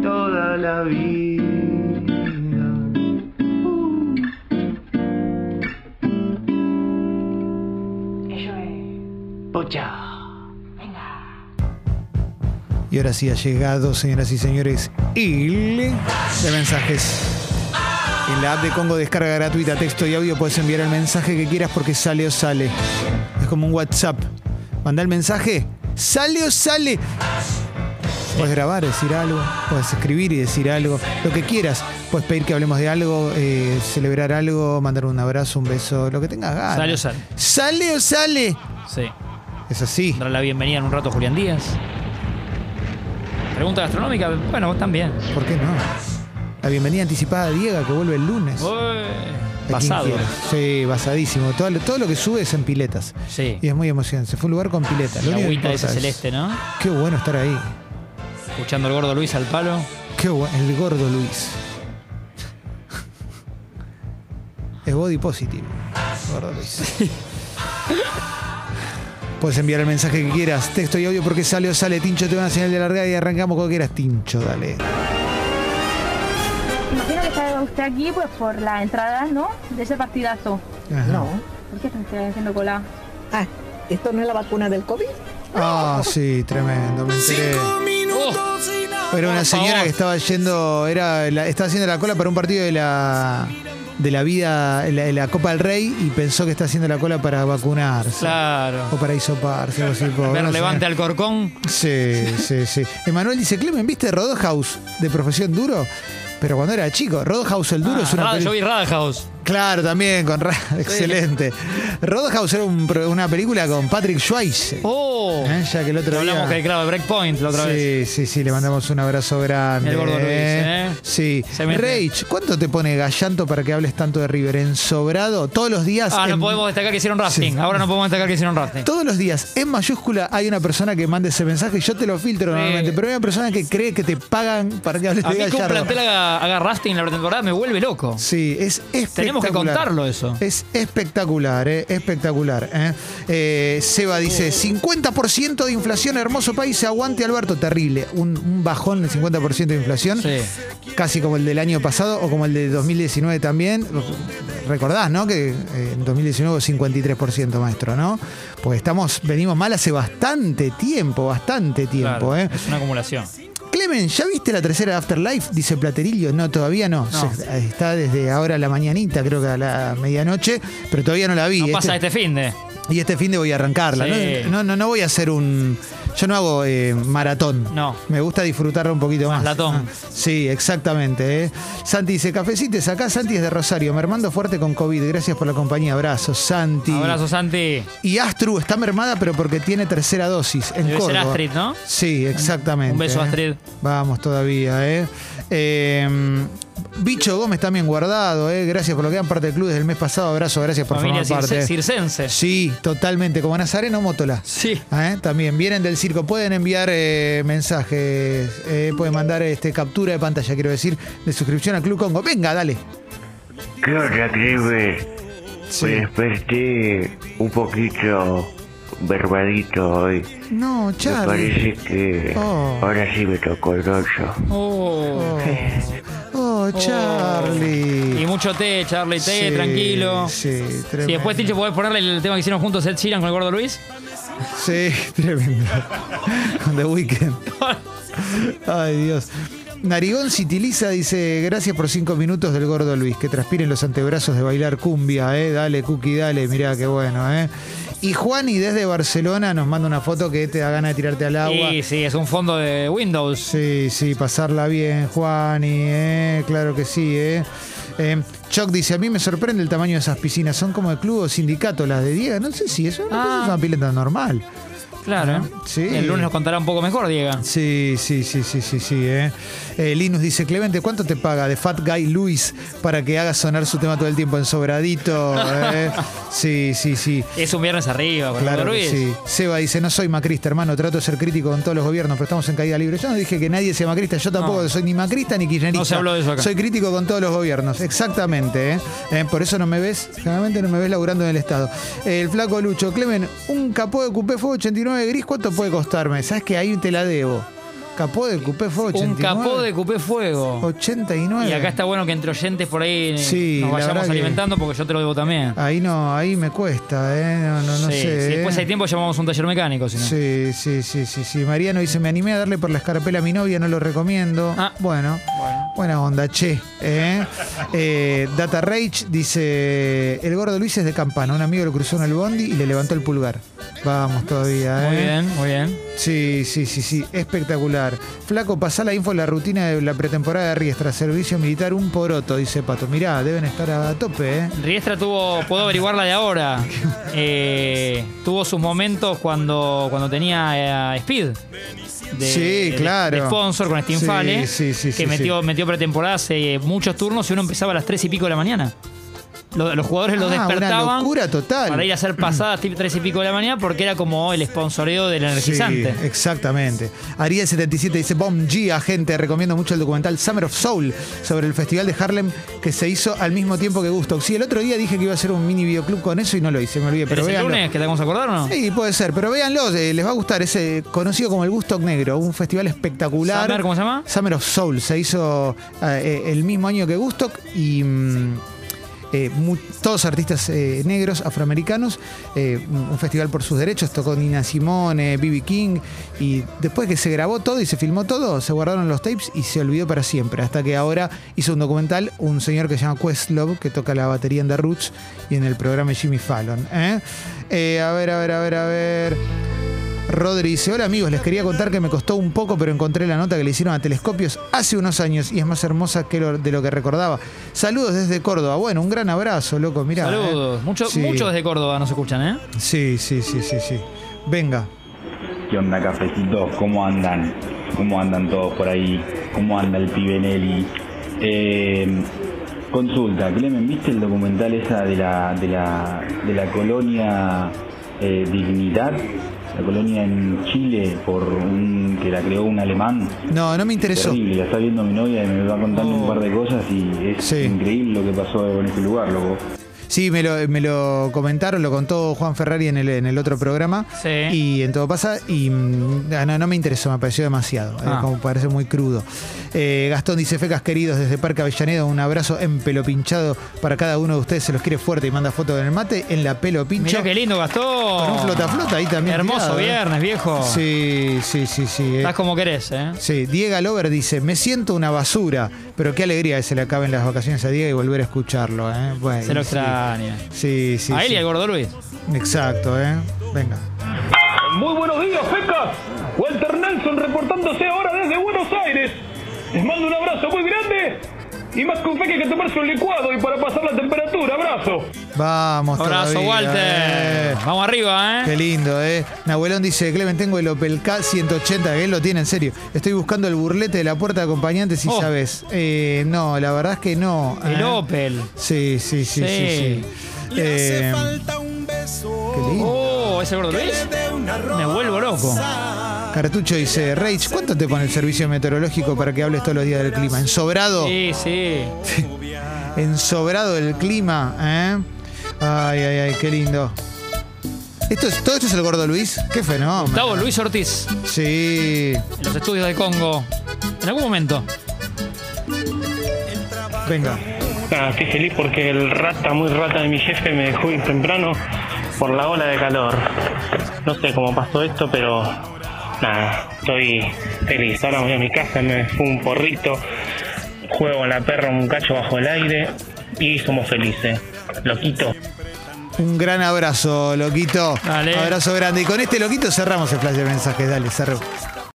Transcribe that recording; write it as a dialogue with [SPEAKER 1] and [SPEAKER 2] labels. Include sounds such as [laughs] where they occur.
[SPEAKER 1] toda la vida.
[SPEAKER 2] Ello es.
[SPEAKER 1] Pocha.
[SPEAKER 2] Venga.
[SPEAKER 3] Y ahora sí ha llegado, señoras y señores, el de mensajes. En la app de Congo descarga gratuita, texto y audio, puedes enviar el mensaje que quieras porque sale o sale. Es como un WhatsApp. Manda el mensaje, sale o sale. Puedes grabar, decir algo, puedes escribir y decir algo, lo que quieras. Puedes pedir que hablemos de algo, eh, celebrar algo, mandar un abrazo, un beso, lo que tengas ganas.
[SPEAKER 4] Sale o sale.
[SPEAKER 3] Sale o sale.
[SPEAKER 4] Sí.
[SPEAKER 3] Es así.
[SPEAKER 4] Dar la bienvenida en un rato a Julián Díaz. Pregunta gastronómica, bueno, también.
[SPEAKER 3] ¿Por qué no? La bienvenida anticipada a Diego que vuelve el lunes. A
[SPEAKER 4] Ué,
[SPEAKER 3] quien
[SPEAKER 4] Oh, Pasado.
[SPEAKER 3] quiera. Sí, basadísimo. Todo, lo- todo lo que sube es en piletas.
[SPEAKER 4] Sí.
[SPEAKER 3] Y es muy emocionante. Se fue a un lugar con piletas. Lo
[SPEAKER 4] La
[SPEAKER 3] único que
[SPEAKER 4] agüita
[SPEAKER 3] importa
[SPEAKER 4] esa
[SPEAKER 3] es-
[SPEAKER 4] celeste, ¿no?
[SPEAKER 3] Qué bueno estar ahí.
[SPEAKER 4] Escuchando al gordo Luis al palo.
[SPEAKER 3] Qué bueno. El gordo Luis. Es body positive. Gordo
[SPEAKER 4] [laughs]
[SPEAKER 3] Luis. Puedes enviar el mensaje que quieras, texto y audio porque sale o sale. Tincho te da una señal de largada y arrancamos cuando quieras. Tincho, dale.
[SPEAKER 5] Imagino que está usted aquí pues por la entrada, ¿no? De ese partidazo.
[SPEAKER 3] Ajá.
[SPEAKER 6] No.
[SPEAKER 5] ¿Por qué está usted haciendo cola?
[SPEAKER 6] Ah, ¿esto no es la vacuna del COVID?
[SPEAKER 3] Ah, sí, tremendo, me enteré.
[SPEAKER 4] Oh,
[SPEAKER 3] Era una señora que estaba yendo, era, la- estaba haciendo la cola para un partido de la de la vida, la, la Copa del Rey y pensó que está haciendo la cola para vacunarse
[SPEAKER 4] Claro.
[SPEAKER 3] o para isoparse o así. pobre,
[SPEAKER 4] Ver
[SPEAKER 3] una
[SPEAKER 4] levante
[SPEAKER 3] señora.
[SPEAKER 4] al corcón.
[SPEAKER 3] Sí, sí, sí. Emanuel dice, Clemen, ¿viste Roadhouse de profesión duro? Pero cuando era chico, Roadhouse el duro es una peli-
[SPEAKER 4] Ah, yo vi Radahouse.
[SPEAKER 3] Claro, también, con Ra- [laughs] excelente. Roadhouse era un pro- una película con Patrick Swayze.
[SPEAKER 4] Oh.
[SPEAKER 3] ¿eh? Ya que el otro
[SPEAKER 4] hablamos
[SPEAKER 3] día-
[SPEAKER 4] que claro, de Breakpoint la otra
[SPEAKER 3] sí,
[SPEAKER 4] vez.
[SPEAKER 3] Sí, sí, le mandamos un abrazo grande.
[SPEAKER 4] El gordo Luis, ¿eh?
[SPEAKER 3] Sí.
[SPEAKER 4] Se mete.
[SPEAKER 3] Rage, ¿cuánto te pone Gallanto para que hables tanto de River? En Sobrado, todos los días.
[SPEAKER 4] Ah, no
[SPEAKER 3] en-
[SPEAKER 4] podemos destacar que hicieron rafting.
[SPEAKER 3] Sí.
[SPEAKER 4] Ahora no podemos destacar que hicieron rafting.
[SPEAKER 3] Todos los días, en mayúscula, hay una persona que manda ese mensaje. Yo te lo filtro
[SPEAKER 4] Sí.
[SPEAKER 3] normalmente, pero hay una persona que cree que te pagan para que hables
[SPEAKER 4] A
[SPEAKER 3] de
[SPEAKER 4] mí que un
[SPEAKER 3] Gallardo.
[SPEAKER 4] plantel haga, haga rafting la temporada me vuelve loco.
[SPEAKER 3] Sí, es espectacular.
[SPEAKER 4] Tenemos que contarlo eso.
[SPEAKER 3] Es espectacular, eh, espectacular. eh. Eh, Seba dice, 50% de inflación, hermoso país, aguante Alberto, terrible. Un, un bajón del 50% de inflación,
[SPEAKER 4] Sí.
[SPEAKER 3] casi como el del año pasado o como el de 2019 también. Recordás, ¿no? Que eh, en 2019 hubo 53%, maestro, ¿no? Pues estamos, venimos mal hace bastante tiempo, bastante tiempo,
[SPEAKER 4] Claro,
[SPEAKER 3] ¿eh?
[SPEAKER 4] Es una acumulación.
[SPEAKER 3] Clemen, ¿ya viste la tercera de Afterlife? Dice Platerillo. No, todavía no.
[SPEAKER 4] No.
[SPEAKER 3] Se- eh, está desde ahora a la mañanita, creo que a la medianoche, pero todavía no la vi.
[SPEAKER 4] No
[SPEAKER 3] Este-
[SPEAKER 4] pasa este fin de.
[SPEAKER 3] Y este fin de voy a arrancarla.
[SPEAKER 4] Sí.
[SPEAKER 3] No, no, no, no voy a hacer un. Yo no hago eh, maratón.
[SPEAKER 4] No.
[SPEAKER 3] Me gusta disfrutarla un poquito más.
[SPEAKER 4] latón.
[SPEAKER 3] Ah, Sí, exactamente. ¿eh? Santi dice: Cafecites, acá Santi es de Rosario. Mermando fuerte con COVID. Gracias por la compañía. Abrazos, Santi.
[SPEAKER 4] Abrazo, Santi.
[SPEAKER 3] Y Astru está mermada, pero porque tiene tercera dosis en
[SPEAKER 4] Debe ser
[SPEAKER 3] Córdoba.
[SPEAKER 4] Astrid, ¿no?
[SPEAKER 3] Sí, exactamente.
[SPEAKER 4] Un beso,
[SPEAKER 3] ¿eh?
[SPEAKER 4] Astrid.
[SPEAKER 3] Vamos todavía, ¿eh? Eh, Bicho Gómez también guardado, ¿eh? Gracias por lo que dan parte del club desde el mes pasado. Abrazo, gracias por
[SPEAKER 4] Familia
[SPEAKER 3] formar
[SPEAKER 4] circe-
[SPEAKER 3] parte.
[SPEAKER 4] circense.
[SPEAKER 3] Sí, totalmente. Como Nazareno Mótola.
[SPEAKER 4] Sí.
[SPEAKER 3] ¿Eh? También vienen del circo, pueden enviar eh, mensajes, eh, pueden mandar este, captura de pantalla, quiero decir, de suscripción al Club Congo. Venga, dale.
[SPEAKER 7] ¿Qué onda, Clemen?
[SPEAKER 3] Sí.
[SPEAKER 7] Me desperté un poquito verbadito hoy.
[SPEAKER 3] No,
[SPEAKER 7] Me
[SPEAKER 3] Charlie.
[SPEAKER 7] parece que
[SPEAKER 3] Oh.
[SPEAKER 7] ahora sí me tocó el ocho.
[SPEAKER 4] Oh.
[SPEAKER 3] Oh, Charlie.
[SPEAKER 4] Y mucho té, Charlie, té,
[SPEAKER 3] Sí,
[SPEAKER 4] tranquilo.
[SPEAKER 3] Sí,
[SPEAKER 4] Si
[SPEAKER 3] tremendo.
[SPEAKER 4] después, Ticho, podés ponerle el tema que hicieron juntos Ed Sheeran con el gordo Luis.
[SPEAKER 3] Sí, [laughs] tremendo. Con The Weeknd. Ay, Dios. Narigón Citiliza dice, gracias por cinco minutos del gordo Luis, que transpiren los antebrazos de bailar cumbia, eh. Dale, Cookie, dale, mirá qué bueno, eh. Y Juan y desde Barcelona nos manda una foto que te da ganas de tirarte al agua.
[SPEAKER 4] Sí, sí, es un fondo de Windows.
[SPEAKER 3] Sí, sí, pasarla bien, Juani, ¿eh? claro que sí. ¿eh? Eh, Choc dice, a mí me sorprende el tamaño de esas piscinas, son como de club o sindicato, las de Diego, no sé si eso no
[SPEAKER 4] Ah.
[SPEAKER 3] es una pileta normal.
[SPEAKER 4] Claro.
[SPEAKER 3] Sí.
[SPEAKER 4] El lunes nos contará un poco mejor, Diego.
[SPEAKER 3] Sí, sí, sí, sí, sí, sí. eh. Eh, Linus dice, Clemente, ¿cuánto te paga de Fat Guy Luis para que haga sonar su tema todo el tiempo en sobradito? eh? Sí, sí, sí.
[SPEAKER 4] Es un viernes arriba, con
[SPEAKER 3] Claro
[SPEAKER 4] Eduardo
[SPEAKER 3] que
[SPEAKER 4] Ruiz.
[SPEAKER 3] sí. Seba dice, no soy macrista, hermano, trato de ser crítico con todos los gobiernos, pero estamos en caída libre. Yo no dije que nadie sea macrista, yo tampoco
[SPEAKER 4] No.
[SPEAKER 3] soy ni macrista ni kirchnerista.
[SPEAKER 4] No se habló de eso acá.
[SPEAKER 3] Soy crítico con todos los gobiernos, exactamente. ¿eh? Eh, por eso no me ves, generalmente no me ves laburando en el Estado. Eh, el flaco Lucho, Clemen, un capó de Coupé Fuego 89 gris, ¿cuánto puede costarme? ¿Sabes que ahí te la debo? Capó de Coupé Fuego
[SPEAKER 4] Un
[SPEAKER 3] 89.
[SPEAKER 4] capó de cupé fuego.
[SPEAKER 3] 89.
[SPEAKER 4] Y acá está bueno que entre oyentes por ahí
[SPEAKER 3] Sí,
[SPEAKER 4] nos
[SPEAKER 3] la verdad
[SPEAKER 4] vayamos
[SPEAKER 3] que-
[SPEAKER 4] alimentando porque yo te lo debo también.
[SPEAKER 3] Ahí no, ahí me cuesta, ¿eh? No, no, no
[SPEAKER 4] Sí,
[SPEAKER 3] sé.
[SPEAKER 4] Si después
[SPEAKER 3] ¿eh?
[SPEAKER 4] hay tiempo llamamos a un taller mecánico, si no.
[SPEAKER 3] Sí, sí, sí, sí, sí. Mariano dice, me animé a darle por la escarpela a mi novia, no lo recomiendo.
[SPEAKER 4] Ah.
[SPEAKER 3] Bueno,
[SPEAKER 4] Bueno.
[SPEAKER 3] buena onda, che. ¿eh? Eh, Data Rage dice, el gordo Luis es de Campana, un amigo lo cruzó en el bondi y le levantó el pulgar. Vamos todavía, ¿eh?
[SPEAKER 4] Muy bien, muy bien.
[SPEAKER 3] Sí, sí, sí, sí, espectacular. Flaco, pasá la info de la rutina de la pretemporada de Riestra, servicio militar un poroto, dice Pato. Mirá, deben estar a tope, ¿eh?
[SPEAKER 4] Riestra tuvo, puedo averiguar la de ahora. Eh, tuvo sus momentos cuando, cuando tenía eh, Speed. de-
[SPEAKER 3] Sí,
[SPEAKER 4] de-
[SPEAKER 3] claro.
[SPEAKER 4] de sponsor con Steam
[SPEAKER 3] Sí,
[SPEAKER 4] Fale.
[SPEAKER 3] sí, sí,
[SPEAKER 4] que
[SPEAKER 3] sí,
[SPEAKER 4] metió, metió pretemporada hace eh, muchos turnos y uno empezaba a las 3 y pico de la mañana. Lo- los jugadores lo
[SPEAKER 3] Ah, una
[SPEAKER 4] despertaban.
[SPEAKER 3] locura total.
[SPEAKER 4] Para ir a
[SPEAKER 3] [clears throat]
[SPEAKER 4] hacer pasadas tipo 3 y pico de la mañana porque era como el sponsoreo del energizante.
[SPEAKER 3] Sí, eh, exactamente. Ariel77 dice, Bom G, gente, recomiendo mucho el documental Summer of Soul sobre el festival de Harlem que se hizo al mismo tiempo que Gusto. Sí, el otro día dije que iba a hacer un mini videoclub con eso y no lo hice, me olvidé, pero
[SPEAKER 4] ¿Pero el
[SPEAKER 3] véanlo.
[SPEAKER 4] lunes que te vamos a acordar o no?
[SPEAKER 3] Sí, puede ser, pero véanlo, eh, les va a gustar. Es eh, conocido como el Gusto Negro, un festival espectacular.
[SPEAKER 4] Summer, ¿Cómo se llama?
[SPEAKER 3] Summer of Soul se hizo eh, eh, el mismo año que Gustock y mm, eh, mu- todos artistas eh, negros, afroamericanos, eh, un un festival por sus derechos, tocó Nina Simone, B.B. King y después que se grabó todo y se filmó todo, se guardaron los tapes y se olvidó para siempre, hasta que ahora hizo un documental un señor que se llama Questlove, que toca la batería en The Roots y en el programa de Jimmy Fallon. ¿eh? Eh, a ver, a ver, a ver, a ver. Rodri dice, hola amigos, les quería contar que me costó un poco, pero encontré la nota que le hicieron a Telescopios hace unos años y es más hermosa que lo- de lo que recordaba. Saludos desde Córdoba. Bueno, un gran abrazo, loco, mirá.
[SPEAKER 4] Saludos.
[SPEAKER 3] eh.
[SPEAKER 4] Mucho-
[SPEAKER 3] Sí.
[SPEAKER 4] Muchos de Córdoba nos escuchan, ¿eh?
[SPEAKER 3] Sí, sí, sí, sí, sí. Venga.
[SPEAKER 8] ¿Qué onda, cafecitos? ¿Cómo andan? ¿Cómo andan todos por ahí? ¿Cómo anda el pibe Nelly? Eh, consulta, Clemen, ¿viste el documental esa de la, de la, de la colonia eh, Dignidad? La colonia en Chile por un, que la creó un alemán.
[SPEAKER 3] No, no me interesó.
[SPEAKER 8] Terrible, la está viendo mi novia y me va contando un par de cosas y es
[SPEAKER 3] Sí.
[SPEAKER 8] increíble lo que pasó en ese lugar, loco.
[SPEAKER 3] Sí, me lo, me lo comentaron, lo contó Juan Ferrari en el, en el otro programa.
[SPEAKER 4] Sí.
[SPEAKER 3] Y en todo pasa, y mm, ah, no, no me interesó, me pareció demasiado. eh,
[SPEAKER 4] Ah.
[SPEAKER 3] como parece muy crudo. Eh, Gastón dice, fecas queridos desde Parque Avellaneda, un abrazo en pelo pinchado para cada uno de ustedes. Se los quiere fuerte y manda fotos en el mate en la pelo pincha.
[SPEAKER 4] Mirá qué lindo, Gastón.
[SPEAKER 3] Con un flota flota ahí también
[SPEAKER 4] Hermoso
[SPEAKER 3] tirado, ¿eh?
[SPEAKER 4] viernes, viejo.
[SPEAKER 3] Sí, sí, sí, sí. eh.
[SPEAKER 4] Estás como querés, ¿eh?
[SPEAKER 3] Sí, Diego Lover dice, me siento una basura, pero qué alegría que se le acaben las vacaciones a Diego y volver a escucharlo. ¿eh? Bueno,
[SPEAKER 4] Se lo
[SPEAKER 3] sí.
[SPEAKER 4] extraña.
[SPEAKER 3] Sí, sí.
[SPEAKER 4] a él
[SPEAKER 3] sí.
[SPEAKER 4] y al gordo Luis.
[SPEAKER 3] Exacto, ¿eh? Venga.
[SPEAKER 1] Muy buenos días, Pecas. Walter Nelson reportándose ahora desde Buenos Aires. Les mando un abrazo muy grande. Y más con fe que hay que tomarse un licuado y para pasar la temperatura. Abrazo.
[SPEAKER 3] Vamos,
[SPEAKER 4] Abrazo,
[SPEAKER 3] todavía,
[SPEAKER 4] Walter.
[SPEAKER 3] ¿eh?
[SPEAKER 4] Vamos arriba, ¿eh?
[SPEAKER 3] Qué lindo, ¿eh? Nahuelón dice, Clemen, tengo el Opel K180, que él lo tiene en serio. Estoy buscando el burlete de la puerta de acompañante, si
[SPEAKER 4] Oh.
[SPEAKER 3] sabes. Eh, no, la verdad es que no.
[SPEAKER 4] El
[SPEAKER 3] ¿eh?
[SPEAKER 4] Opel.
[SPEAKER 3] Sí, sí, sí, sí. sí, Eh, Qué lindo.
[SPEAKER 4] Oh, ese gordo Luis. Me vuelvo loco.
[SPEAKER 3] Cartucho dice, Rage, ¿cuánto te pone el servicio meteorológico para que hables todos los días del clima? Ensobrado,
[SPEAKER 4] Sí, sí.
[SPEAKER 3] ensobrado el clima, ¿eh? Ay, ay, ay, qué lindo. Esto es, todo esto es el gordo Luis, qué fenómeno.
[SPEAKER 4] Gustavo Luis Ortiz,
[SPEAKER 3] Sí,
[SPEAKER 4] en los estudios de Congo. En algún momento.
[SPEAKER 3] venga.
[SPEAKER 1] Nada, estoy feliz porque el rata, muy rata de mi jefe me dejó ir temprano por la ola de calor. No sé cómo pasó esto, pero nada, estoy feliz. Ahora voy a mi casa, me fumo un porrito, juego a la perra un cacho bajo el aire y somos felices. Loquito.
[SPEAKER 3] Un gran abrazo, loquito.
[SPEAKER 4] Dale.
[SPEAKER 3] Abrazo grande. Y con este loquito cerramos el flash de mensajes. Dale, cerramos.